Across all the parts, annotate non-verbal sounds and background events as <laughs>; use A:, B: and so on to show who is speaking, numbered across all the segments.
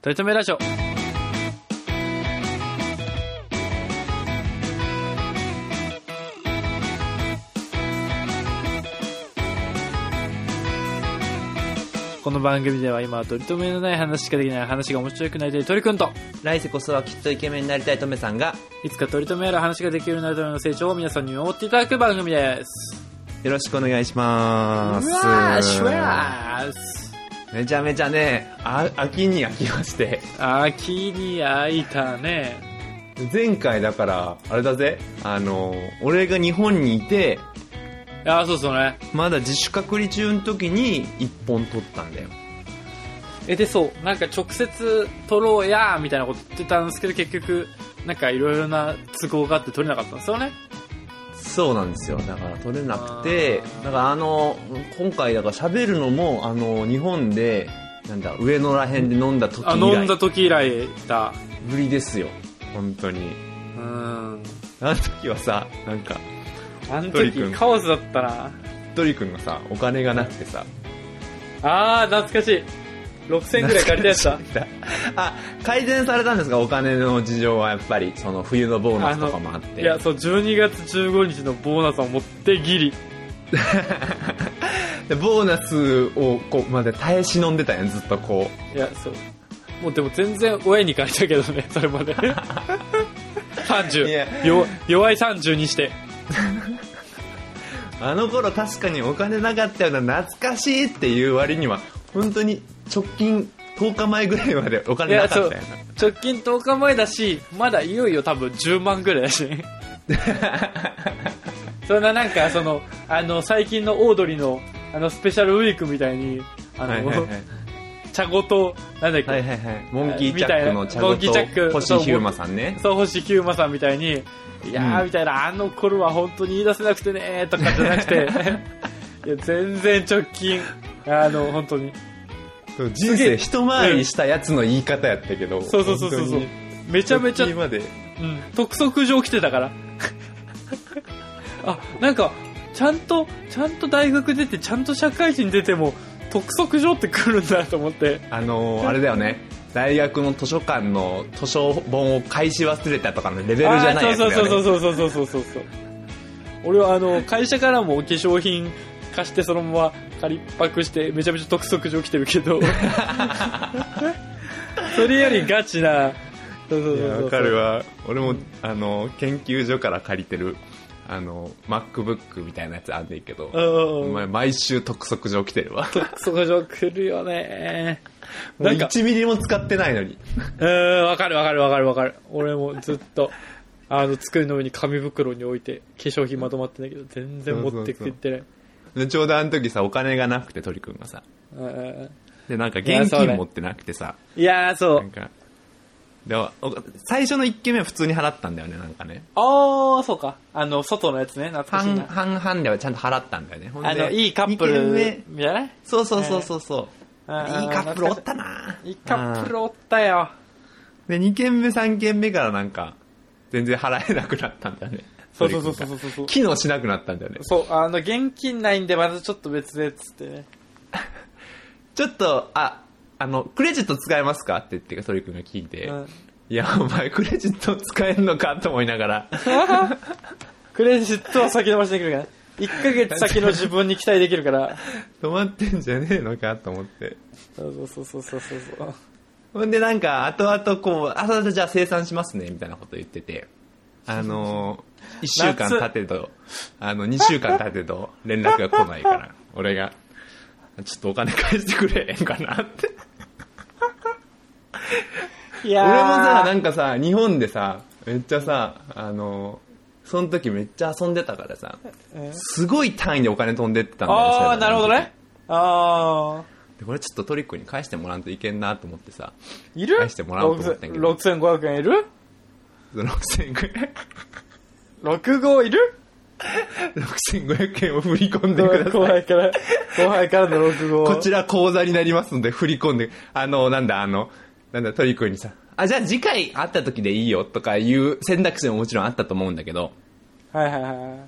A: とりとめラジオ。この番組では今は取り留めのない話しかできない話が面白くなりたい鳥くんと
B: 来世こそはきっとイケメンになりたいとめさんが
A: いつか取り留めある話ができるようになるための成長を皆さんに見守っていただく番組です
B: よろしくお願いしま
A: うわーしわーす
B: めちゃめちゃねあ秋に飽きまして
A: 秋に開いたね
B: 前回だからあれだぜあの俺が日本にいて
A: ああそうそうね
B: まだ自主隔離中の時に一本取ったんだよ
A: えでそうなんか直接撮ろうやーみたいなこと言ってたんですけど結局なんかいろいろな都合があって撮れなかったんですよね
B: そうなんですよだから取れなくてだからあの今回だから喋るのもあの日本でなんだ上野らへんで飲んだ時以
A: あ
B: 来
A: 飲んだ時以来だ
B: ぶりですよ本当に
A: うん
B: あの時はさなんか
A: あの
B: 鳥
A: 時
B: 君
A: カオスだったな
B: トリ君がさお金がなくてさ
A: ああ懐かしい6000ぐらい借りたやつだ
B: <laughs> あ改善されたんですかお金の事情はやっぱりその冬のボーナスとかもあ
A: い
B: って
A: やそう12月15日のボーナスを持ってギリ
B: <laughs> でボーナスをこうまで耐え忍んでたやんずっとこ
A: いやそうもうでも全然親に借りたけどねそれま
B: <laughs>
A: で
B: い
A: 30
B: や
A: よ弱い30にして
B: うあの頃確かにお金なかったような懐かしいっていう割には本当に直近10日前ぐらいまでお
A: い
B: 金な
A: や
B: か
A: そ
B: っ
A: う
B: たよな
A: 直近10日前だしまだいよいよ多分10万ぐらいだし
B: <laughs>
A: ねそんななんかそのあの最近のオードリーのあのスペシャルウィークみたいにあの、
B: はいはいはい
A: 茶ごとなんだっけ、
B: はいはいはいモンキーチャックの茶
A: モ
B: ご
A: ンキーチャック
B: と星ヒューマさんね
A: そう星ヒューマさんみたいにいやー
B: うん
A: みたいな、あの頃は本当に言い出せなくてねーとかじゃなく
B: <laughs>
A: ていや全然直近あの本当に
B: そう人
A: すげえ
B: 生一回りしたやつの言い方やったけど
A: そうそうそうそうそう
B: 本
A: めち
B: 当
A: ゃ
B: に
A: めちゃ
B: 直近まで
A: うん、督促状来てたから <laughs> あなんかちゃんとちゃんと大学出てちゃんと社会人出ても督促状って来るんだと思って
B: あのー、あれだよね大学の図書館の図書本を返し忘れたとかのレベルじゃないやつだ
A: あーそうそ
B: よ
A: う
B: ね
A: そうそうそうそうそうそう俺はあの会社からもお化粧品貸してそのまま借りっぱくしてめちゃめちゃ督促状来てるけ
B: <laughs>
A: どそれよりガチなそうそう
B: い
A: そう
B: や
A: そう
B: わかるわ俺もあの研究所から借りてるあの MacBook みたいなやつあんねんけど
A: うんうん
B: お
A: うん
B: 前毎週督促状来てるわ
A: 督促状来るよね
B: もう
A: なんか
B: 1ミリも使ってないのに
A: うーん、わかるわかるわかるわかる。俺もずっと、あの、机の上に紙袋に置いて、化粧品まとまってんだけど、全然持ってきてってない。
B: でちょうどあの時さお金がなくて鳥くんがさ
A: うん
B: でなんか
A: いや
B: 現
A: そうね
B: 金持ってなくてさ
A: いやー、そ
B: なん
A: う。
B: かでお最初の1件目は普通に払ったんだよねなんかね
A: あー、そうか。あの、外のやつね、懐かしい
B: 半
A: な。
B: 半々ではちゃんと払ったんだよねほんで
A: あの、いいカップ
B: 二軒
A: ル
B: 目、
A: みたいな。
B: そうそうそうそうそう、
A: あー
B: いいカップルおったない
A: いカップルおったよ。
B: で2軒目3軒目からなんか全然払えなくなったんだよね
A: そうそうそうそうそうそう
B: 機能しなくなったんだよね
A: そう、あの、現金ないんで、またちょっと別で、つってね。
B: ちょっとああのクレジット使えますかって言って鳥くんが聞いて、
A: うん
B: いやお前クレジット使えんのかと思いながら
A: クレジットは先延ばしできるから。1ヶ月先の自分に期待できるから。
B: 止まってんじゃねえのかと思って
A: <laughs> そうそうそうそうそうそう。
B: ほんでなんか、後々こう、あ、そうそうじゃあ生産しますね、みたいなこと言ってて、
A: <laughs>
B: あのー、1週間
A: 夏
B: 経てど、あの、2週間経てど、連絡が来ないから、俺が、ちょっとお金返してくれへんかなって。
A: いや
B: 俺
A: ー
B: もさ、なんかさ、日本でさ、めっちゃさ、あのー、その時めっちゃ遊んでたからさ、
A: うん
B: すごい単位でお金飛んでってたんだよ
A: あ
B: そ
A: あ、
B: れ
A: なるほどね。ああ。
B: でこれちょっとトリックに返してもらわんといけんなと思ってさ、
A: いる
B: 返してもらおうと思ったんやけど
A: 6000 6500円いる
B: その6500円。
A: 65いる
B: 6500円を振り込んでください
A: 後。輩から、後輩からの65。
B: こちら口座になりますので振り込んで、あの、なんだ、あの、なんだ、トリ君にさ、あ、じゃあ次回会った時でいいよとかいう選択肢ももちろんあったと思うんだけど、
A: はいはいは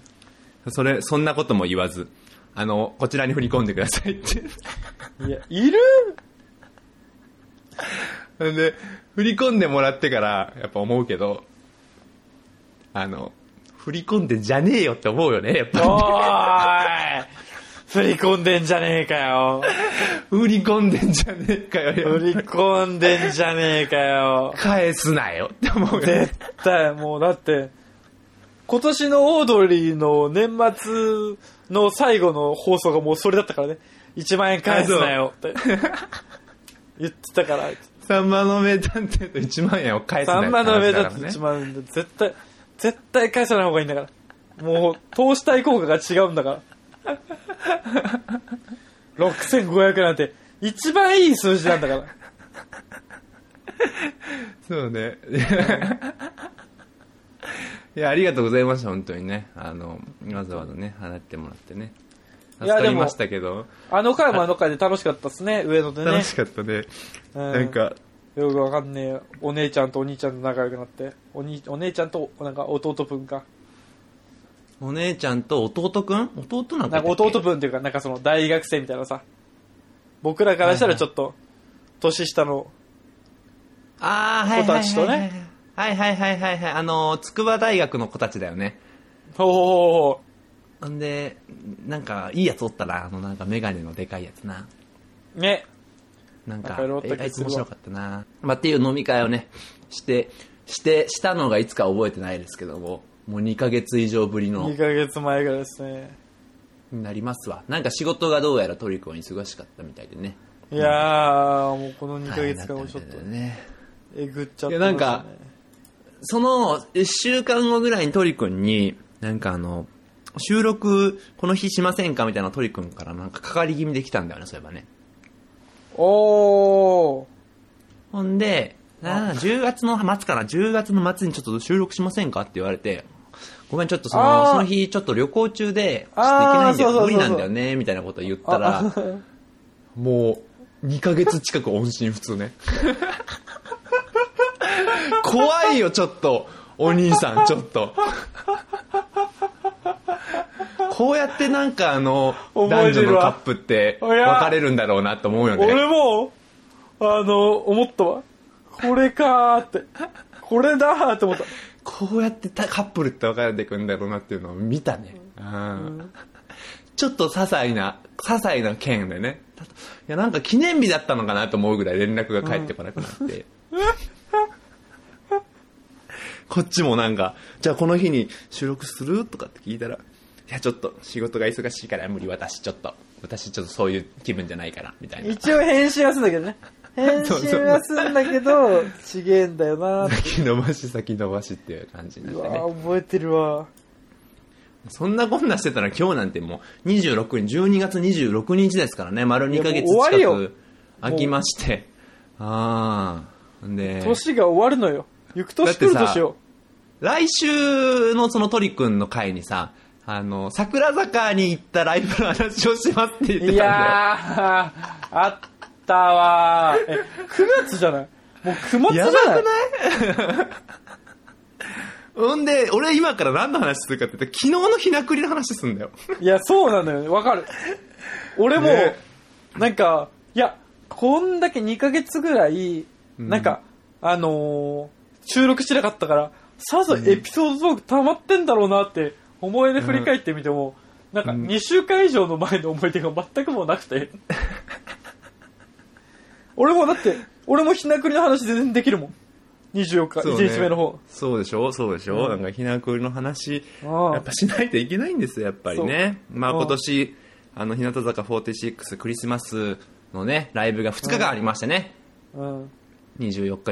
A: い。
B: それ、そんなことも言わず、あの、こち <laughs> らに振り込んでくださいって。
A: いや、いる
C: で、振り込んでもらってから、やっぱ思うけど、あの、振り込んでんじゃねえよって思うよね、やっぱ。
A: おーい振り込んでんじゃねえかよ。
C: 振り込んでんじゃねえか
A: 振
C: よ。
A: り込んでんじゃねえかよ。
C: 返すなよって思うよね
A: 絶。対、もうだって、今年のオードリーの年末の最後の放送がもうそれだったからね。1万円返す
C: <laughs>
A: なよって言ってたから。
C: 3万の名探偵と1万円を返すなよ
A: 3万の上だって
C: って話
A: 1
C: だか
A: 万円で絶対、絶対返さない方がいいんだから。もう、投資対効果が違うん
C: <laughs>
A: だから。6500なんて、一番いい数字なんだから。
C: らね。 <laughs> そうね。いや、ありがとうございました、本当にね。あの、わざわざね、払ってもらってね。
A: い
C: 助
A: や
C: か
A: でも
C: りましたけど、
A: あの回もあの回で楽しかったっすね、上野でね
C: 楽。しかったね。
A: うん
C: なんか、
A: よくわかんねえお姉ちゃんとお兄ちゃんと仲良くなって。おにお姉ちゃんと、なんか弟分か。
B: お姉ちゃんと弟くん弟なの
A: なんか弟分っていうか、なんかその大学生みたいなさ。僕らからしたらちょっと、年下の、
B: ああ、はいはいはいはい。
A: 子たちとね。
B: はいはいはいはいはい。あの、筑波大学の子たちだよね。
A: ほうほうほうほう。
B: ほんで、なんか、いいやつおったな。あの、なんか、メガネのでかいやつな。
A: ね。
B: なん
A: なん
B: か
A: かいろいろあっ、た
B: えあい
A: 気
B: つ
A: するわ
B: 面白かったな。まあ、っていう飲み会をね、して、して、したのがいつか覚えてないですけども、もう2ヶ月以上ぶりの
A: 2、ヶ月前ぐらいですね。
B: になりますわ。なんか仕事がどうやらトリコに忙しかったみたいでね。
A: いやー、もうこの2ヶ
B: 大変だ
A: 月
B: った
A: 間
B: み
A: も
B: た
A: ちょっ
B: いだ
A: と
B: よね。
A: えぐっちゃって
B: いやなんかその、1週間後ぐらいにトリ君に、なんかあの、収録、この日しませんかみたいなのトリ君からなんかかかり気味できたんだよね、そういえばね。
A: おー、
B: ほんで、なあ10月の末かな、10月の末にちょっと収録しませんかって言われて、ごめん、ちょっとそ
A: あ
B: の、
A: ー
B: その日ちょっと旅行中で、ちょっと行けな
A: あ
B: い
A: ー
B: んだよ、
A: そうそうそうそう
B: 無理なんだよね、みたいなこと言ったら、もう、2ヶ月近く音信不
A: <laughs>
B: 通ね。怖いよ、ちょっと。お兄さん、ちょっと。こうやってなんかあの、
A: 覚え
B: 男
A: て
B: 女
A: る
B: のカ
A: わ
B: ップって
A: おや
B: 別れるんだろうなと思うよ
A: <laughs>
B: ね。
A: 俺も、あの、思ったわ。これかーって。これだーって思った。
B: こうやってたカップルって別れてくんだろうなっていうのを見たね。うんちょっと些細な、些細な件でね。いや、なんか記念日だったのかなと思うぐらい連絡が返ってこなくな <laughs> って。こっちもなんか、じゃあこの日に収録するとかって聞いたら、いや、ちょっと仕事が忙しいから無理、私ちょっと。私ちょっとそういう気分じゃないから、みたいな。 <laughs>
A: 一応編集はすんだけどね。 <laughs> 編集はすんだけど、ちげえんだよなーって。
B: 先延ばし先延ばしっていう感じにな
A: う
B: って
A: わ
B: ね。
A: ー、覚えてるわ。
B: そんなこんなしてたら今日なんてもう26日、12月26日ですからね、丸2ヶ月
A: いやもう終わ
B: 近
A: りよ
B: く空きまして。ああ。で、
A: <laughs> 年が終わるのよ。行く年来る
B: だって
A: 年
B: さ
A: よ。
B: 来週のそのトリくんの回にさ、あの、桜坂に行ったライブの話をしますって言ってたんだよ。
A: いやー、あったわー。え、9月じゃないもう9月じゃ
B: やば
A: ない
B: くない <laughs> ほんで、俺今から何の話するかって言って、昨日のひなくりの話すんだよ。
A: いや、そうなのよね。わかる。俺も、
B: ね
A: なんか、いや、こんだけ2ヶ月ぐらい、なんか、あのー収録してなかったから、さぞエピソードトーク溜まってんだろうなって、思い出振り返ってみても、なんか2週間以上の前の思い出が全くもうなく
B: <laughs>
A: て。俺もだって、俺もひなくりの話全然できるもん。24日、
B: そうね
A: 1日目の方。
B: そうでしょそうでしょ、なんかひなこりの話
A: ああ
B: やっぱしないといけないんですよやっぱりねまあ
A: うん
B: 今年あの日向坂46クリスマスのねライブが2日間ありましてね、
A: うん。
B: 24日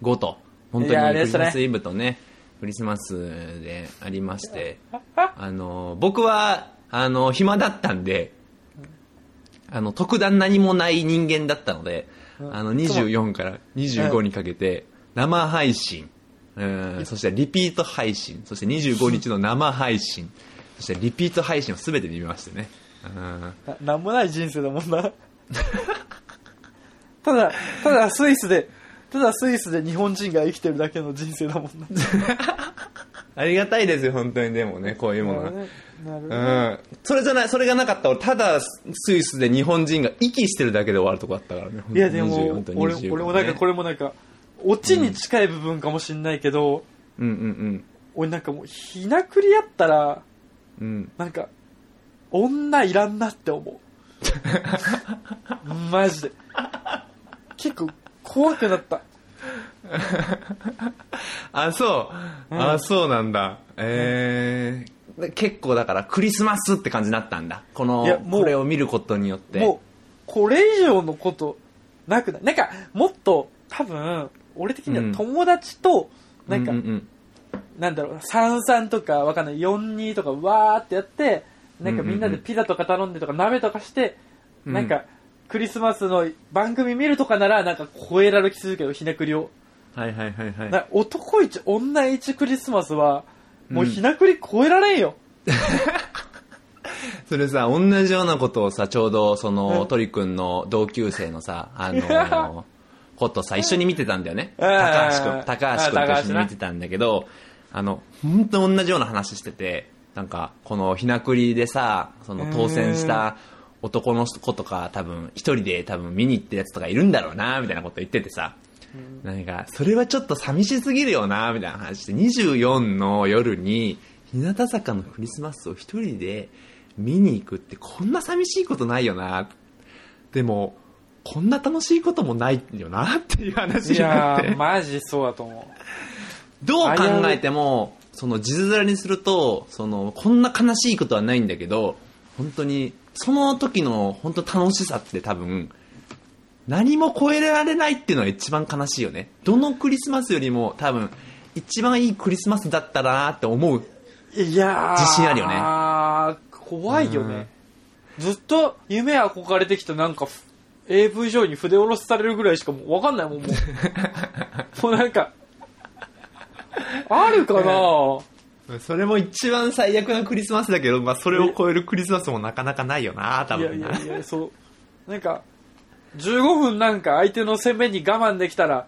B: 25と本当
A: いやあ
B: に
A: れ
B: ク
A: でした
B: リス
A: ね
B: マスイブとねクリスマスでありましてあの僕はあの暇だったんであの特段何もない人間だったのであの24から25にかけて生配信うんそしてリピート配信そして25日の生配
A: <laughs>
B: 信そしてリピート配信を全て見ましてねうん
A: ななんもない人生だもんな <laughs> ただただスイスでただスイスで日本人が生きてるだけの人生だもんな
B: ありがたいですよ本当にでもねこういうものが
A: ねなるほ
C: う
A: ど。
C: ん。それじゃない、それがなかったら、ただスイスで日本人が息してるだけで終わるとこだったからね。
A: いやでも
C: 24と、25
A: 俺
C: ね
A: 俺もなんかこれもなんか、オチに近い部分かもしんないけど、
C: うんうん
A: 俺なんかもう、ひなくりやったら、
C: うん。うん。
A: なんか、女いらんなっ
C: <laughs>
A: て思う。マジで。結構怖くなった。
C: あ、そう。あ、そうなんだ。えーで結構だからクリスマスって感じになったんだ。この
A: いや、もう
B: これを見ることによって。
A: もう、これ以上のこと、なくないなんか、もっと、多分、俺的に
C: うん
A: は友達と、なんか、
C: うんうん
A: なんだろうな、33とか、わかんない、42とか、わーってやって、なんか
C: うんうんうん
A: みんなでピザとか頼んでとか、鍋とかして、
C: うん
A: なんか、クリスマスの番組見るとかなら、なんか超えられる気するけど、ひねくりを。
C: はいはいはいはい。
A: な男一、女一クリスマスは、もうひなくり超えられ
C: <laughs>
A: んよ。
B: それさ、同じようなことをさ、ちょうど、その、
A: うん
B: トリ君の同級生のさ、あのーことさ、一緒に見てたんだよね。
A: うん
B: 高橋
A: うん
B: 君、高橋君
A: あ
B: と
A: 高
B: 一
A: 橋
B: 緒に
A: な
B: 見てたんだけど、あの、本当同じような話してて、なんか、この、ひなくりでさ、その、当選した男の子とか、多分、一人で多分見に行ってるやつとかいるんだろうな、みたいなこと言っててさ、なんか、それはちょっと寂しすぎるよな、みたいな話して、24の夜に、日向坂のクリスマスを一人で見に行くって、こんな寂しいことないよな。でも、こんな楽しいこともないよな、っていう話
A: い
B: にな
A: や
B: って
A: ー、。マジそうだと思
B: どう考えても、その、字面にすると、その、こんな悲しいことはないんだけど、本当に、その時の本当楽しさって多分、何も超えられないっていうのが一番悲しいよね。どのクリスマスよりも多分、一番いいクリスマスだったなって思う。
A: う。いやー、
B: 自信あるよね
A: ね。怖いよね。ずっと夢憧れてきたなんか、ふ AV 上に筆下ろしされるぐらいしかもうわかんないもん、もう。
B: <laughs>
A: もうなんか、あるかな、
B: それも一番最悪なクリスマスだけど、まあ、それを超えるクリスマスもなかなかないよな多
A: いやい
B: 分な。
A: やいや、そう。なんか、15分なんか相手の攻めに我慢できたら、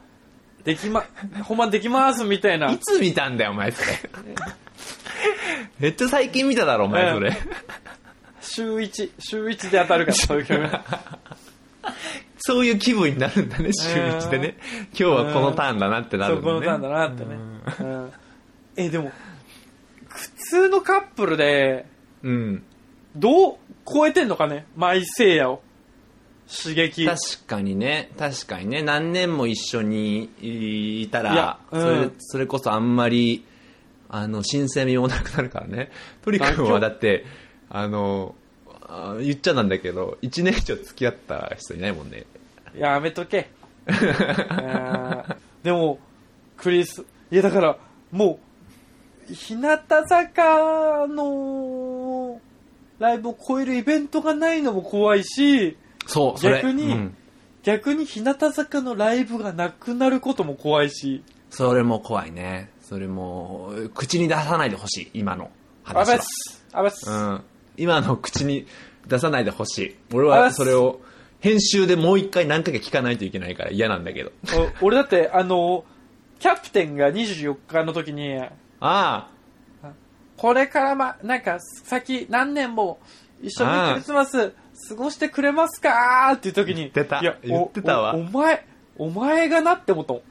A: できま、ほんまできますみたいな。
B: いつ見たんだよ、
A: <laughs>
B: お前それ。めっちゃ最近見ただろ、お前それ。
A: 週1、週1で当たるから、そういう曲。
B: <laughs> そういう気分になるんだね、週一でね。今日はこのターンだなってな
A: そ
B: る
A: うんこ
B: だ
A: の
B: ね。
A: ターンだなってね。うんえ、でも、普通のカップルで、
B: うん。
A: どう超えてんのかねマイセイヤを。刺激。
B: 確かにね、確かにね、何年も一緒にいた
A: いや
B: ら、
A: うん
B: それ、それこそあんまり、あの、新鮮味もなくなるからね。トリ君はだって、あの、あ言っちゃなんだけど、1年以上付き合った人いないもんね。
A: やめとけ。あーでも、クリス、いやだから、もう、日向坂のライブを超えるイベントがないのも怖いし、
B: そう、それ。
A: 逆に、
B: うん
A: 逆に日向坂のライブがなくなることも怖いし、
B: それも怖いね。それも、口に出さないでほしい、今の
A: あ
B: 話
A: ば
B: は
A: っ。す、あばっす。
B: うん、今の口に出さないでほしい俺
A: あ
B: は
A: っす
B: それを編集でもう一回何回か聞かないといけないから嫌なんだけど
A: お俺だって、あの、キャプテンが24日の時に、
B: あ
A: これからま、なんか、先何年も一緒にクリスマス過ごしてくれますかっていう時に。
B: 言ってた
A: いやお
B: 言ってたわ
A: おお前、お前がなって思ったもん。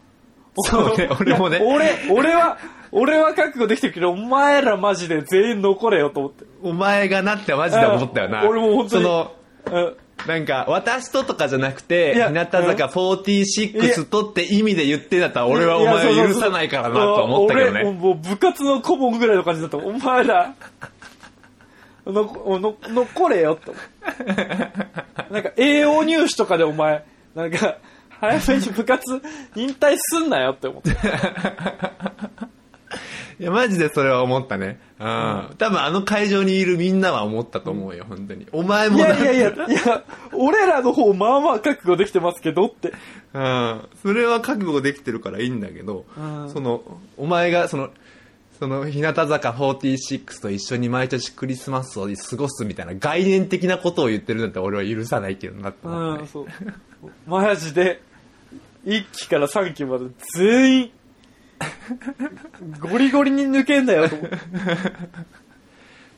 B: そ
A: <laughs>
B: うね俺もね
A: いや俺、俺は、俺は覚悟できてるけど、お前らマジで全員残れよと思って。
B: あお前がなってマジで思ったよな
A: うん俺も本当に
B: その
A: うん。
B: なんか私ととかじゃなくて
A: いや
B: 日向坂46とって意味で言ってんだったら俺はお
A: いやそう
B: 前
A: そう
B: 許
A: そう
B: さないからなと思ったけど
A: 俺もう
B: ね
A: もう部活の顧問ぐらいの感じだった。お前ら、 <laughs> のこの残れよって思う。 <laughs> なんか栄養入試とかでお前、なんか、早めに部活引退すんなよって思
B: <laughs>
A: って。
B: いやマジでそれは思ったねうん、多分あの会場にいるみんなは思ったと思うよ本当にお前も
A: い
B: な
A: やいやいや、 <laughs> いや、俺らの方まあまあ覚悟できてますけどって。
B: うん、それは覚悟できてるからいいんだけど、
A: うん
B: そのお前がそのその日向坂46と一緒に毎年クリスマスを過ごすみたいな概念的なことを言ってるんだったら俺は許さないけどなって思
A: う
B: った
A: ん、
B: ね
A: そう。マジで、1期から3期まで全員、ゴリゴリに抜けんだよと思って。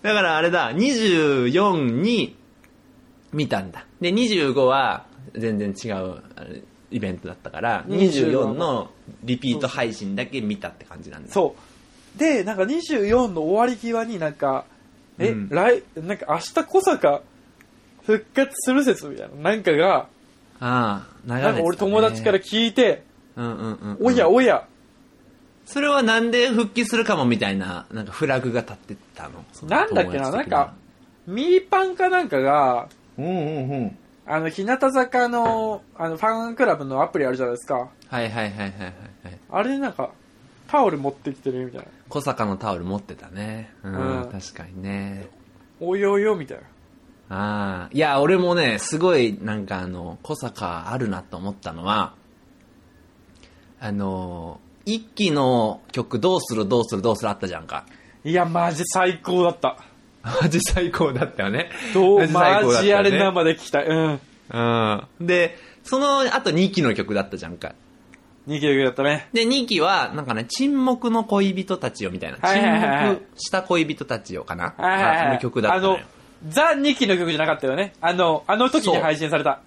B: だからあれだ、24に見たんだ。で、25は全然違うあれイベントだったから、24のリピート配信だけ見たって感じなんだ。
A: そう。で、なんか24の終わり際になんか、え、
B: うん
A: 来、なんか明日小坂復活する説みたいな、なんかが、
B: ああ、流れて
A: な
B: た
A: ん
B: ね
A: か俺友達から、聞いて、
B: うんうんうんうん
A: おやおや、
B: それはなんで復帰するかもみたいな、なんかフラグが立ってたの
A: なんだっけな、なんか、、ミーパンかなんかが、
B: うんうんうん。
A: あの、日向坂の、あの、ファンクラブのアプリあるじゃないですか。
B: はいはいはいはいはいはい。
A: あれでなんか、タオル持ってきてるみたいな。
B: 小坂のタオル持ってたね。う
A: う
B: ん、
A: ん
B: 確かにね。
A: おいおいよ、みたいな。
B: ああ、いや、俺もね、すごい、なんかあの、小坂あるなと思ったのは、あの、一期の曲、どうするどうするどうするあったじゃんか。
A: いや、マジ最高だった。
C: マジ最高だったよね。
A: どう、
C: マジ最高だ
A: マ
C: った
A: ジあ
C: よね
A: れ生で聞きたい。うん。
C: うん。
B: で、その後2期の曲だったじゃんか。
A: 逃げるだったね。
B: で、2期は、なんかね、沈黙の恋人たちよみたいな。
A: はいはいはいはい
B: 沈黙した恋人たちよかな。
A: はいはいはい。
B: の曲だった
A: あ
B: の
A: の
B: よ。、
A: ザ・2期の曲じゃなかったよね。あの、あの時に配信された。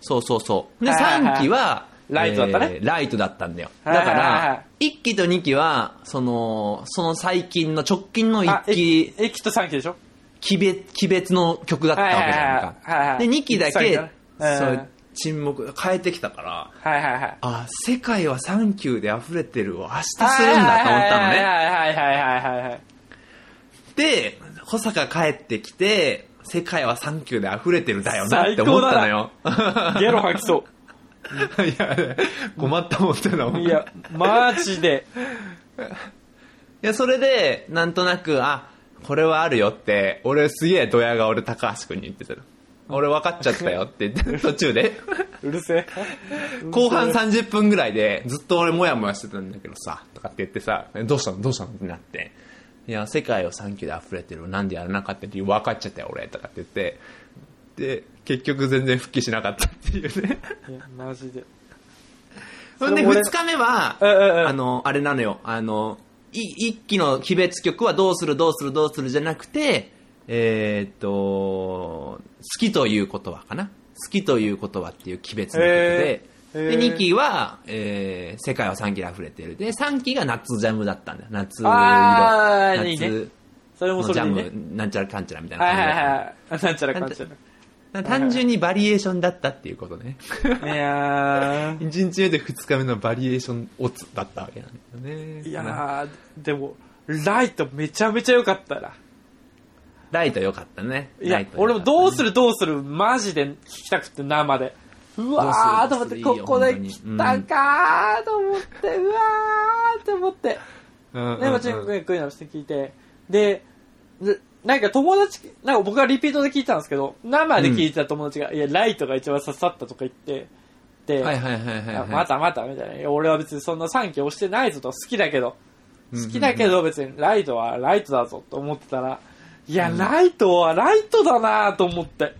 B: そうそうそう。で、
A: はいはいはい
B: 3期は、
A: ライトだったね
B: えーライトだったんだよ。だ
A: はいは
B: か
A: いはい
B: ら、1期と2期は、その、その最近の直近の1期、
A: え駅と3期でしょ
B: 期別、期別の曲だったわけじゃん
A: はいはいはいはい
B: か。
A: は
B: で、
A: い
B: 2期だけ、
A: そうだね、
B: そううん沈黙、変えてきたから、
A: はいはいはい。
B: あ、世界はサンキューで溢れてるわ。明日するんだと思ったのね。
A: はいはいはいはいはいはいはい。
B: で、小坂帰ってきて、世界はサンキューで溢れてるだよなって思ったのよ。
A: ゲ
B: <laughs>
A: ロ吐きそ
C: いや、困ったもんだな、
A: う。いや、マジで。
B: いや、それで、なんとなく、あ、これはあるよって、俺すげえドヤ顔で高橋くんに言ってたの。俺分かっちゃったよって言って、途中で。
A: うるせえ。
B: 後半
A: うるせえ
B: 30分ぐらいで、ずっと俺もやもやしてたんだけどさ、とかって言ってさ、えどうしたのどうしたのってなって。いや、世界をサンキューで溢れてる。なんでやらなかったっていう分かっちゃったよ、俺。とかって言って。で、結局全然復帰しなかったっていうね。
A: いやマジで。
B: それで
A: それ俺
B: 2日目は、
A: うんうんうん
B: あの、あれなのよ、あの、い一期の鬼別曲はどうするどうするどうするじゃなくて、えーっと、好きという言葉かな。好きという言葉っていう鬼別の曲で、
A: へーへー
B: で、2期は、えー世界は3期で溢れてる。で、3期が夏ジャムだったんだよ。夏色。
A: あーいいね
B: 夏
A: それも
B: の
A: そ
B: ジ
A: れ
B: ャ
A: でいい
B: ム、
A: ね。
B: なんちゃらかんちゃらみたいな
A: はい
B: 感じだっ
A: は
B: た
A: いはい。なんちゃらかんちゃ
B: だから単純にバリエーションだったっていうことね。
A: ら。いやー。
C: 1日目で2日目のバリエーションオツだったわけなんだよね。
A: いやー、でも、ライトめちゃめちゃ良かったな。
B: ライト良かったね。
A: いや
B: ライ、ト良
A: 俺
B: か
A: も
B: ったね
A: どうするどうする、マジで聞きたくて、生で。うわーと思
B: どう
A: っ
B: する
A: て、
B: どうす
A: ここ
B: る
A: で
B: いいよ
A: 来たかーと思って、うわーと思って。
C: うんうん
A: で、
C: う
A: ま
C: ん
A: あ、チェックインクイナして聞いて。で、でなんか友達、なんか僕はリピートで聞いたんですけど、生で聞いてた友達が、いや、ライトが一番刺さったとか言って、で、
B: はいはいはいはい、
A: あ
B: はい。
A: またまたみたいな。いや俺は別にそんな3期押してないぞと、好きだけど。
C: んうん
A: 好きだけど別にライトはライトだぞと思ってたら、いや、ライトはライトだなと思って。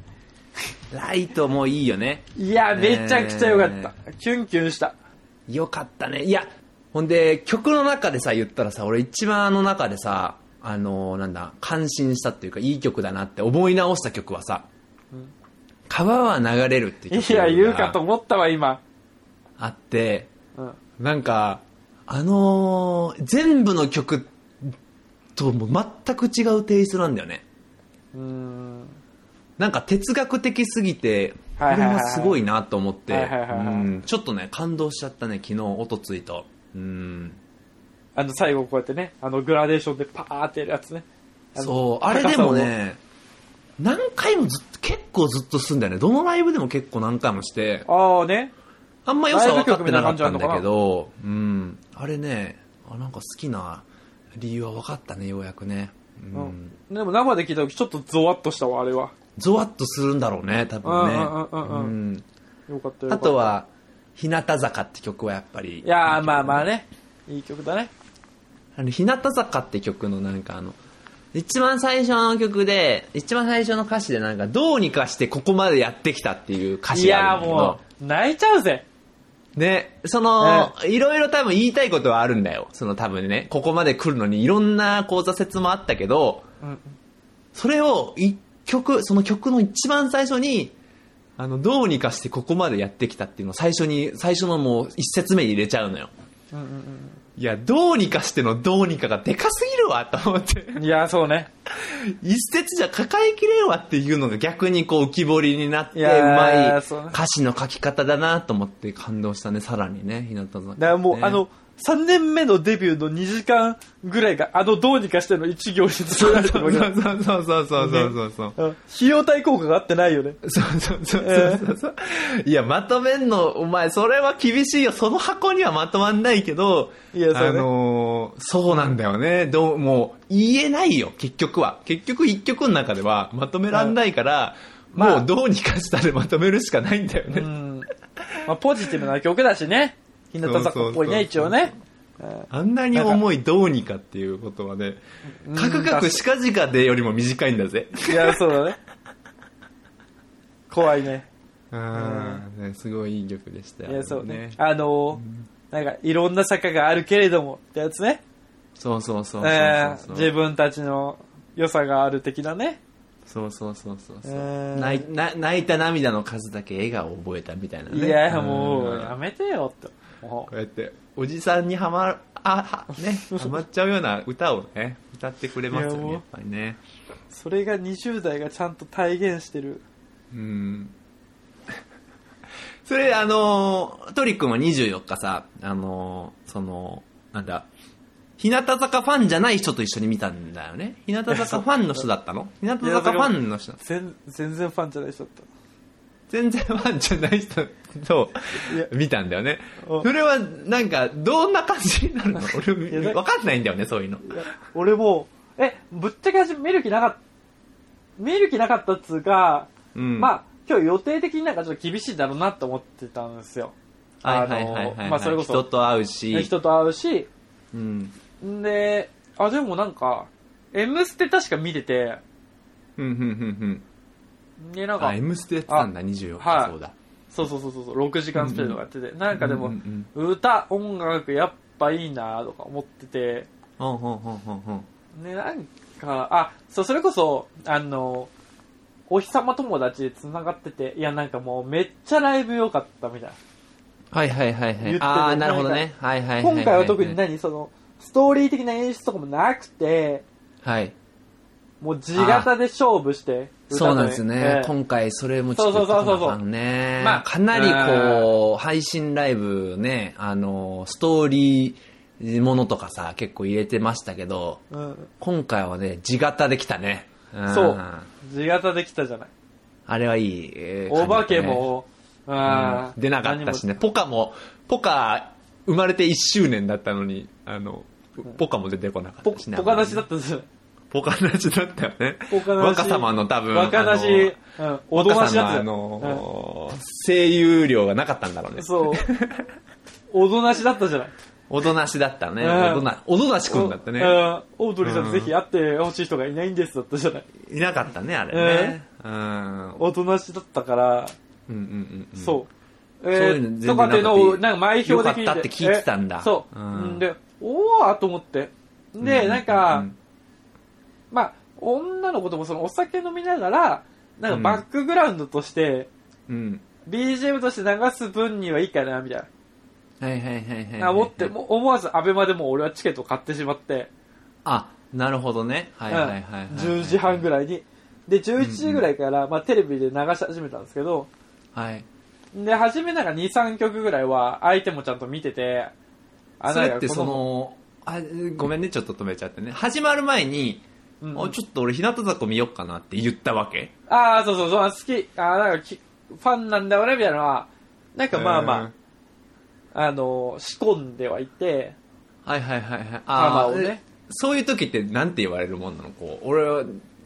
B: ライトもいいよね。
A: いや、
B: ねえ
A: めちゃくちゃ良かった。キュンキュンした。
B: よかったね。いや、ほんで、曲の中でさ、言ったらさ、俺一番あの中でさ、あのーなんだ、感心したっていうか、いい曲だなって思い直した曲はさ、川は流れるっていう
A: い
B: 曲が
A: や、言うかと思ったわ、今。
B: あって、
A: うん。
C: なんか、
B: あのー全部の曲ともう全く違うテイストなんだよね。
A: うーん。
B: なんか哲学的すぎて、こ
A: はい
B: れ
A: はいはい
B: はすごいなと思って、
A: はいはいはいはい
B: うんちょっとね、感動しちゃったね、昨日、おとついと。うん
A: あの、最後こうやってね、あの、グラデーションでパーってやるやつね。の
B: そう、あれでも。ね、何回もずっと、結構ずっとすんだよね。どのライブでも結構何回もして、
A: 高さをああね。
B: あんま良さ分かってなかったんだけど、うん、あれね、あなんか好きな理由は分かったね、ようやくね。うん
A: うん。でも生で聞いた時ちょっとゾワッとしたわ、あれは。
B: ゾワッとするんだろうね、多分ね。
A: うんうんうんうんうん
B: うん
A: よかったよかった。
B: あと。は、日向坂って曲はやっぱり。
A: いやー、まあまあね。いい曲だね。
B: あの、日向坂って曲のなんかあの、一番最初の曲で、一番最初の歌詞でなんか、どうにかしてここまでやってきたっていう歌
A: い
B: 詞があ
A: やー
B: るんだけ
A: も
B: ど、
A: う、泣いちゃうぜ。
B: ね、その、いろいろ多分言いたいことはあるんだよ。その多分ね、ここまで来るのにいろんなこう挫折もあったけど、
A: うん。
D: それを一曲、その曲の一番最初に、
B: あの、どうにかしてここまでやってきたっていうのを最初に、最初のもう一節目に入れちゃうのよ。
A: うんうん
B: いや、どうにかしてのどうにかがでかすぎるわと思って。
A: うんいや、そうね。
B: 一節じゃ抱えきれんわっていうのが逆にこう浮き彫りになって、
A: いうやー
B: まい
A: そうね
B: 歌詞の書き方だなと思って感動したね、さらにね、日向坂、ね。
A: だからもう、あの、3年目のデビューの2時間ぐらいが、あの、どうにかしての一行に
B: そ
A: 作ら
B: う
A: れて
B: そ
A: るわ
B: う
A: け
B: そ
A: だ。
B: うそうそうそうそうそう。
A: うん費用対効果が合ってないよね。
B: そうそうそうそうそう。いや、まとめんの、お前、それは厳しいよ。その箱にはまとまんないけど、
A: いやそうね
B: あのーそうなんだよね。どう、もう、言えないよ、結局は。結局、一曲の中では、まとめらんないから、
A: うんまあ
B: もうどうにかしたでまとめるしかないんだよ
A: う
B: ね。
A: ん。まあ、ポジティブな曲だしね。日向坂っぽいね、一
B: そうそうそうそう
A: 応ね。うん
B: あんなに重いどうにかっていうことはね、かくかくしかじかでよりも短いんだぜ。
A: いや、そうだね。怖いね。
B: ああ、ね、すごいいい曲でしたよ
A: いや、そうね。あのー、なんか、いろんな坂があるけれども、ってやつね。
B: そうそうそうそう
A: え
B: そ
A: ー
B: う
A: 自分たちの良さがある的なね。
B: そうそうそうそうそう、
A: えー
B: 泣いな泣いた涙の数だけ笑顔を覚えたみたいな、ね、
A: いや、もう、
B: ん
A: やめてよ、って。も
B: こうやっておじさんにはまるあは
A: <laughs>
B: ねはまっちゃうような歌をね歌ってくれますよ
A: いやも
B: ね
A: う
B: やっぱりね
A: うそれが20代がちゃんと体現してる。
B: うんそれあのートリックも24日さあのーそのなんだ日向坂ファンじゃない人と一緒に見たんだよね日向坂ファンの人だったの日向坂ファンの人
A: 全全然ファンじゃない人だっ
B: 全然ファンじゃない人と
A: いや
B: 見たんだよね。
A: お
B: それはなんかどんな感じになるの俺
A: いやだ
B: 分かんないんだよね、そういうの。
A: た。いや俺もう、え、ぶっちゃけ始め見る気なかった。見る気なかったっつうか、
B: うん
A: まあ、今日予定的になんかちょっと厳しいだろうなと思ってたんですよ。
B: はいはいはいは
A: あの
B: い。
A: まあ、それこ
B: 人
A: そ、
B: と会うし。
A: 人と会うし、
B: うん。
A: んで、あ、でもなんか、M ステ確か見てて、
B: うん、うん、うん、
A: で、な
B: うんん。あ、
A: か、
B: M ステやってたんだ、24日、
A: はい
B: そうだ。
A: そうそうそうそうそう、6時間スペシャルとかやってて、なんかでも、
B: うん
A: 歌、音楽、やっぱいいなとか思ってて、
B: うん、ほんほんほんほん。
A: ね、なんか、あ、そう、それこそ、あの、お日様友達で繋がってて、いや、なんかもうめっちゃライブ良かったみたいな。
B: はいはいはいは
A: 言って
B: い。
A: た
B: ああ、なるほどね。はいはいはいはい。
A: 今回は特に何、その、ストーリー的な演出とかもなくて、
B: はい。
A: もう地形で勝負して、歌と
D: そうなんですね
A: え。え
D: 今回それもちょっ
A: そう
D: と
A: そうそうそう
D: 高野さんね。
A: まあ
D: かなりこう、配信ライブね、あの、ストーリーものとかさ、結構入れてましたけど、
A: うん。
D: 今回はね、地型できたね。ん
A: そう。地形できたじゃない。
D: あれはいい。えー
A: お化け、も、
D: 感
A: あ
B: 出なかったしね。。ポカも、ポカ、生まれて1周年だったのに、あの、ポカも出てこなか
A: ポ
B: ったしね。
A: ポカ出しだったんですよ。
B: ポカなしだったよね。
A: ポカなし
B: 若様の多分。
A: 若なし、うん、お
B: お
A: ど
B: ど
A: ま
B: ま
A: し
B: し
A: だ
B: だ
A: っ
B: った
A: よ
B: た。あのー、声優量がなかったんだろう
A: う
B: ね
A: ん。そう。おどなしだったじゃない。
B: おどなしだったね。
A: うん
B: おどな、おどなしくんだった
A: う
B: ね。
A: んオードリーさん、
B: うん
A: ぜひ会ってほしい人がいないんですだったじゃない。
B: いなかったね、あれね。うん。
A: おとなしだったから、
B: うんうんうん。
A: そう。
D: そう
A: え
D: いうの全
A: ー、
D: 然
A: とかっていうのを、なんか前表で聞いて。
D: よかったって聞いてたんだ
A: えそうう。
D: ん
A: で、おーと思って。
B: うんうんうんう
A: で、なんか、まあ、女の子ともそのお酒飲みながら、なんかバックグラウンドとして、
B: うん。
A: BGM として流す分にはいいかな、みたい
D: はいはいはいはい。
A: な。思って、もう思わずアベマでもう俺はチケット買ってしまって、
D: あ、なるほどね。はいはいはいはい。
A: うん10時半ぐらいに。で、11時ぐらいから、まあテレビで流し始めたんですけど、
D: はい。
A: で、初めなんか2、3曲ぐらいは相手もちゃんと見てて、あ
D: そ
A: な
D: れ
A: んか
D: ってその、
B: あ、ごめんね、ちょっと止めちゃってね。始まる前に、
A: この、うん
B: あちょっと俺、日向坂見よっかなって言ったわけ
A: ああ、そうそうそう、あ好き、ああ、なんかき、ファンなんだ俺みたいなのは、なんかまあまあ、あの、仕込んではいて、
B: はいはいはいはい。
A: 玉
B: あ
A: を
B: ー、
A: ね。
B: そういう時ってなんて言われるもんなのこう、俺は、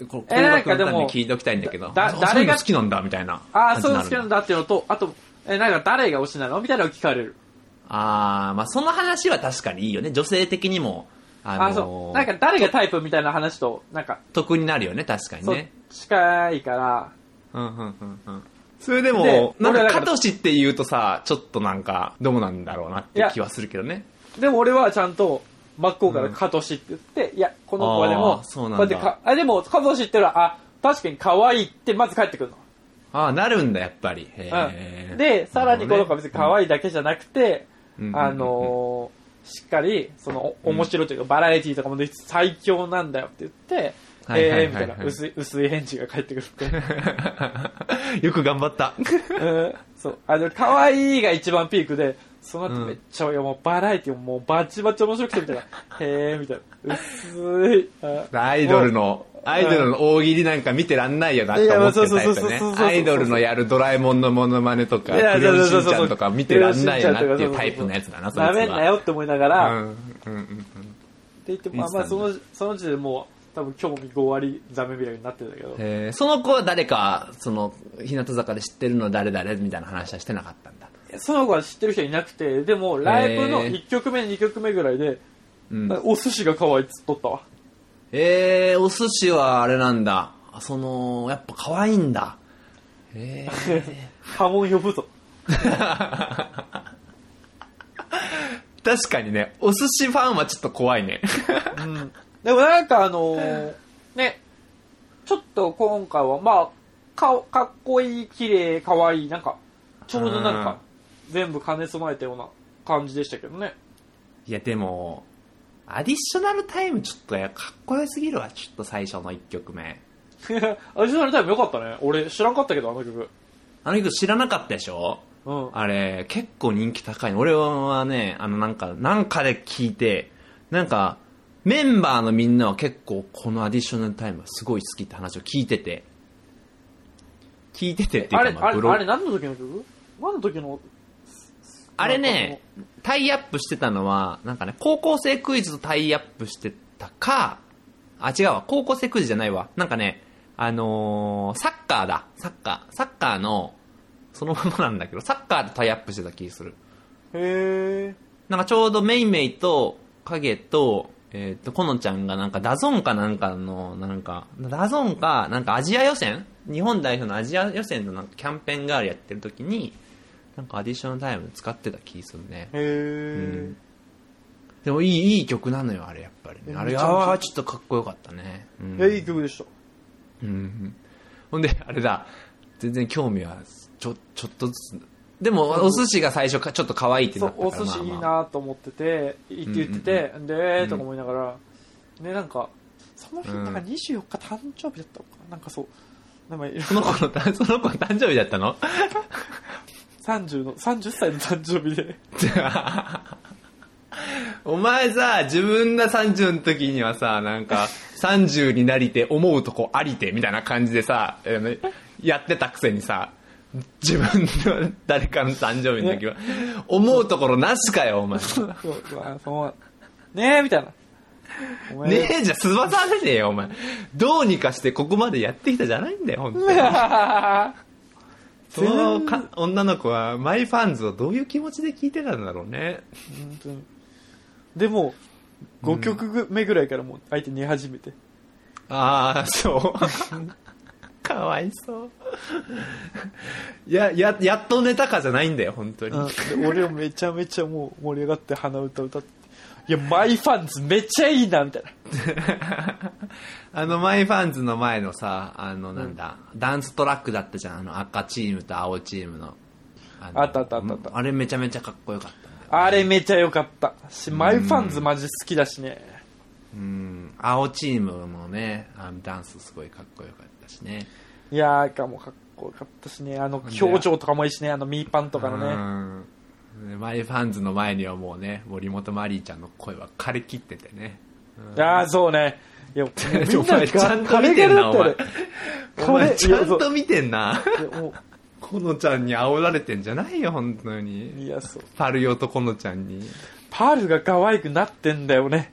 B: こう、
A: え
B: 高
A: なん
B: 額
A: か
B: の
A: で
B: た
A: も
B: めに聞いておきたいんだけど、
A: だ
B: あ
A: 誰が
B: そういうの好きなんだ、みたいな。
A: ああ、そういうの好きなん
B: だ。
A: だっていうのと、あと、え、なんか誰が推しなのみたいなのを聞かれる。
D: あー、まあその話は確かにいいよね。女性的にも、あ
A: あ
D: の
A: あ、そう。なんか誰がタイプみたいな話と、なんか、
D: 得になるよね、確かに
A: そう
D: ね。、
A: 近いから、
B: うんうんうんうん。それ
A: で
B: でも、なん
A: 俺はだ
B: か、か
A: から
B: としって言うとさ、ちょっとなんか、どうなんだろうなって気はするけどね。
A: でも俺はちゃんと、真っ向からカトシって言って、いや、この子はで
B: あ
A: も
B: ー、そうなん
A: こ
B: だ
A: うやってかあ、でも、カトシってのは、あ、確かに可愛いって、まず帰ってくるの。
B: ああ、なるんだ、やっぱり。へえ
A: うん、で、さらにこの子は別に可愛いだけじゃなくて、
B: ん
A: あのーしっかり、その、お面白いというか、バラエティーとかもできて最強なんだよって言って、
B: はいはいはいはい
A: えーみたいな薄い、薄い返事が返ってくるって。
B: <laughs> よく頑張った。
A: うんそう。あの、可愛いが一番ピークで、その後めっちゃ、いやもうバラエティももうバチバチ面白くてみたいな。 <laughs> へえみたいな。薄い。あ
B: アイドルの、アイドルの大喜利なんか見てらんないよなって思ってたタイプね
A: いやそうそうそうそうそうそう。そう
B: アイドルのやるドラえもんのモノマネとか、
A: いや
B: クレヨンしんちゃ
A: そうそうそうん
B: とか見てらんないよなって
A: クレ
B: い
A: ヨンしんちゃんとかそうそう
B: う
A: そう
B: タイプのやつだな、そい
A: な
B: つ
A: めん
B: は
A: なよって思いながら、
B: うんうんうん
A: って言っても、まあまあその、その時点でもう、多分興味5割ザメビラになってるんだけど。
B: えーその子は誰か、その、日向坂で知ってるの誰誰みたいな話はしてなかったんだ。
A: その子は知ってる人いなくて、でも、ライブの1曲目、2曲目ぐらいで、お寿司が可愛いっつっとったわ。
B: えー、お寿司はあれなんだ。あその、やっぱ可愛いんだ。えー、
A: 波紋呼ぶぞ。
B: 確かにね、お寿司ファンはちょっと怖いね。
A: うんでもなんかあのーね、ちょっと今回は、まあ、かかっこいい、綺麗、可愛い、なんか、ちょうどなんか、全部兼ね備えたような感じでしたけどね。 <laughs>
B: いや、でも、アディショナルタイムちょっとやかっこよすぎるわ、ちょっと最初の1曲目。
A: アジナルタイムよかったね。俺知らんかったけど、あの曲。
B: あの曲知らなかったでしょ
A: うん。
B: あれ、結構人気高いの。俺はね、あの、なんか、なんかで聞いて、なんか、メンバーのみんなは結構このアディショナルタイムはすごい好きって話を聞いてて、聞いててっていう
A: あ
B: か、
A: れ、
B: ま
A: あ
B: ブ
A: れ、
B: ロ
A: あれ何の時の曲何の時の、
B: あれね、タイアップしてたのは、なんかね、高校生クイズとタイアップしてたか、あ、違うわ、高校生クイズじゃないわ。なんかね、あのーサッカーだ、サッカー。サッカーの、そのままなんだけど、サッカーとタイアップしてた気する。
A: へ
B: なんかちょうどメイメイと、影と、えっ、と、このちゃんがなんかダゾンかなんかの、なんか、ダゾンか、なんかアジア予選日本代表のアジア予選のなんかキャンペーンガールやってる時に、なんかアディショナルタイム使ってた気するね。
A: え。へ
B: でもいい、いい曲なのよ、あれ、やっぱりね。
A: え
B: あれ
A: めちゃめちゃ
B: は、ちょっとかっこよかったね。う
A: え。
B: ん
A: いや、いい曲でした。
B: うんほんで、あれだ、全然興味は、ちょ、ちょっとずつ。でも、お寿司が最初か、ちょっと可愛いって
A: そ
B: な
A: う
B: った
A: お
B: から
A: 寿司いい
B: まあまあ
A: なと思ってていいって言ってて、でとか思いながら、ねなんかその日
B: うん
A: なんか24日誕生日だったのかななんかそうなんかいろい
B: <laughs> そ
A: ろ
B: の子の誕、その子の誕生日だったの
A: 30の30歳の誕生日
B: <laughs>
A: で
B: お前さ、自分が30の時にはさ、なんか、30になりて思うとこありて、みたいな感じでさ、あのやってたくせにさ、自分の誰かの誕生日の時は、思うところなしかよ、お前。
A: そううわそうねえみたいなお前
B: ねえじゃ、すばされねえよ、お前。どうにかしてここまでやってきたじゃないんだよ、本当に。そのか女の子は、マイファンズをどういう気持ちで聞いてたんだろうね。
A: 本当にでも5曲目ぐらいからもう相手寝始めて、
B: ああ、そう。
A: <laughs>
B: かわいそう。いや、や、やっと寝たかじゃないんだよ、本当に。
A: うんで俺もめちゃめちゃもう盛り上がって鼻歌歌っていやマイファンズめっちゃいいなみたいな
B: <laughs> あの、マイファンズの前のさ、あの、なんだ、ダンストラックだったじゃん、あの、赤チームと青チームの。の
A: あったあったあったあった
B: あれめちゃめちゃかっこよかったんだよ。
A: あれめちゃ良かったし、マイファンズマジ好きだしね。
B: うん、青チームのね、あのダンスすごいかっこよかったしね。
A: いやー、かもかっこよかったしね。あの、表情とかもいいしね。あの、ミーパンとかのね。
B: うんでマイファンズの前にはもうね、森本マリーちゃんの声は枯れきっててね。
A: ああ、そうね。いや、み
B: <laughs> お
A: んなが
B: 前ちゃんと見てんな、お前。お
A: 枯れ
B: 前
A: て
B: ち
A: る
B: ゃ
A: って、
B: ん
A: 枯
B: と見てんな。
A: れいや、そういやも
B: このちゃんに煽られてんじゃないよ、本当
A: う、
B: に。
A: いや、そう。
B: パルヨとこのちゃんに。
A: パールが可愛くなってんだよね。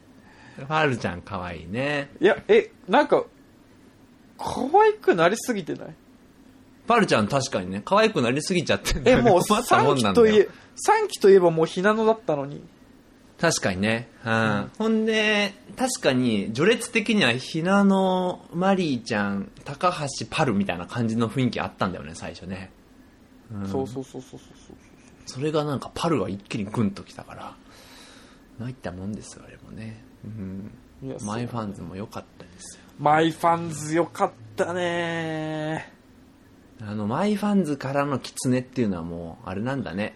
B: パルちゃん可愛いね。
A: いや、え、なんか、可愛くなりすぎてない
B: パルちゃん確かにね、可愛くなりすぎちゃってんだ
A: え、
B: よね
A: もう
B: <laughs> 困った
A: 3
B: もんな
A: 期
B: んだ
A: とい
B: よ
A: え、三期といえばもうひなのだったのに。
B: 確かにね。うん。ほんで、確かに、序列的には、ひなの、マリーちゃん、高橋、パルみたいな感じの雰囲気あったんだよね、最初ね。
A: そうそうそうそうそうそう。
B: それがなんか、パルは一気にグンときたから。参ったもんですよあれもね、うん、
A: いやそう
B: マイファンズも良かったですよ
A: マイファンズよかったね
B: あのマイファンズからのキツネっていうのはもうあれなんだね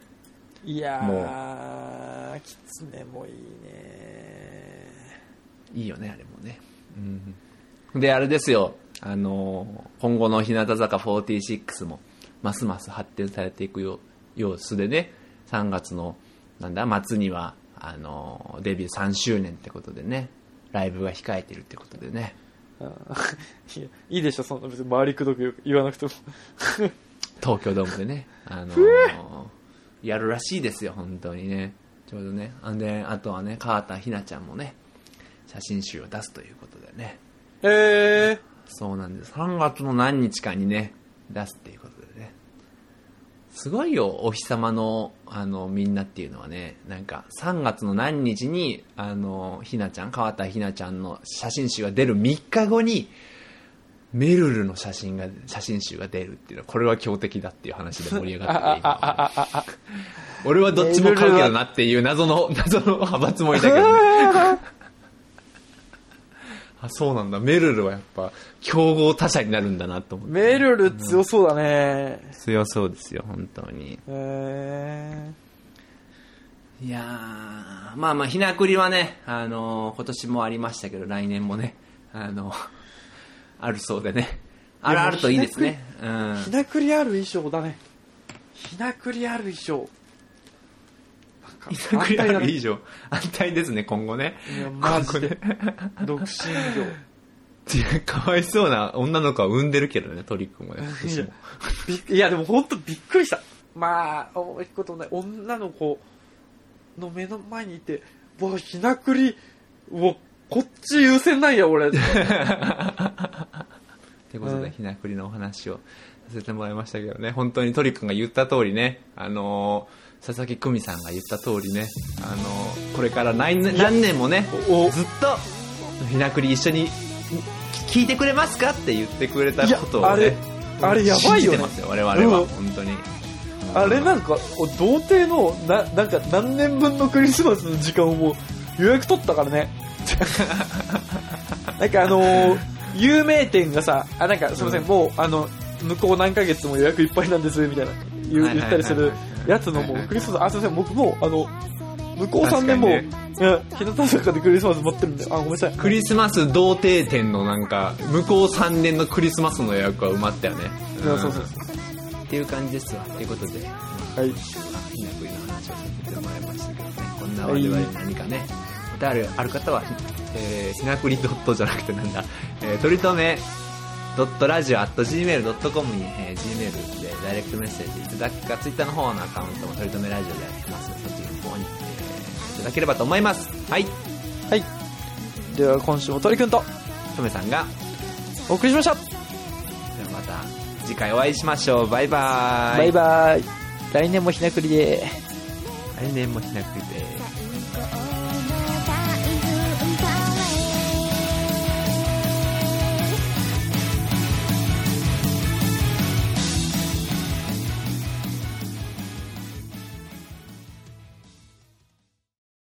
A: いやーキツネもいいね
B: いいよねあれもね、うん、であれですよあのー今後の日向坂46もますます発展されていくよ様子でね3月のなんだ末にはあのーデビュー3周年ってことでねライブが控えてるってことでね
A: うんいやいいでしょそんな別に周りくどく言わなく
B: <laughs>
A: ても
B: 東京ドームでね、あのーやるらしいですよ、本当にね。ちょうどね。あんで、あとはね、川田ひなちゃんもね、写真集を出すということでね。
A: えー、
B: そうなんです。3月の何日かにね、出すっていうことでね。すごいよ、お日様の、あの、みんなっていうのはね、なんか、3月の何日に、あの、ひなちゃん、川田ひなちゃんの写真集が出る3日後に、めるるの写真が、写真集が出るっていうのは、これは強敵だっていう話で盛り上がってて、今はね俺はどっちも買うけどなっていう謎の、謎の派閥もいたけど、ね、あ、そうなんだ。メルルはやっぱ、競合他社になるんだなと思って。
A: メルル強そうだね
B: 強そうですよ、本当に。
A: え
B: いやー、まあまあ、ひなくりはね、あのー今年もありましたけど、来年もね、あのあるそうでね。あるあるといいですね。うん
A: ー、。ひなくりある衣装だねひなくりある衣装
B: ひなくりある以上、安泰ですね、今後ね。
A: いやマジで
B: 今後ね <laughs>
A: 独身業
B: いやかわいそうな女の子は産んでるけどね、トリックもね、今
A: い
B: 年
A: や
B: も。
A: <laughs> びいやでも本当びっくりしたまあおいくことない女の子の目の前にいてわひなくりうわこっち優先なんや
B: <laughs>
A: 俺
B: ということ
A: う
B: で、
A: ん
B: ひなくりのお話をさせてもらいましたけどね、本当にトリックが言った通りね、あのー佐々木久美さんが言った通りね、あのーこれから何年何年もね、
A: お
B: ずっと、ひなくり一緒にき聞いてくれますかって言ってくれた
A: いや
B: こと
A: あ
B: を
A: れ
B: ね、
A: あれやばい
B: 信じ
A: よ
B: て
A: ね
B: ますよ、我々は、
A: うん
B: 本当に。
A: あれなんかお童貞のななんか何年分のクリスマスの時間をもう予約取ったからねなんかあのー有名店がさあなんかすいません、もうあの向こう何ヶ月も予約いっぱいなんですみたいな言う
B: はいはいはいはい
A: 言ったりするやつのもうクリスマスあすいません僕もうあの向こう3年も、
B: 確
A: うん日向坂でクリスマス待ってるんであごめんなさい
B: クリスマス童貞店のなんか、向こう3年のクリスマスの予約は埋まったよね。
A: そうそうそう
B: うんっていう感じですわ。ということで、
A: はい
B: ひなくりの話をさせてもらいましたけどね、こんな我々に何かね、またあるある方は、えー、ひなくりドットじゃなくてなんだ、えー、とりとめ、ドットラジオアット gmail.com に、えー、gmail でダイレクトメッセージいただくか、ツイッターの方のアカウントもとりとめラジオでやってますので、そっちの方に、えー、いただければと思います。はい、
A: はいでは今週も鳥くんと
B: とめさんが、
A: お送りしました
B: ではまた次回お会いしましょう。バイバーイ。
A: バイバイ来年もひなくりで
B: 来年もひなくりで。
E: 「最高の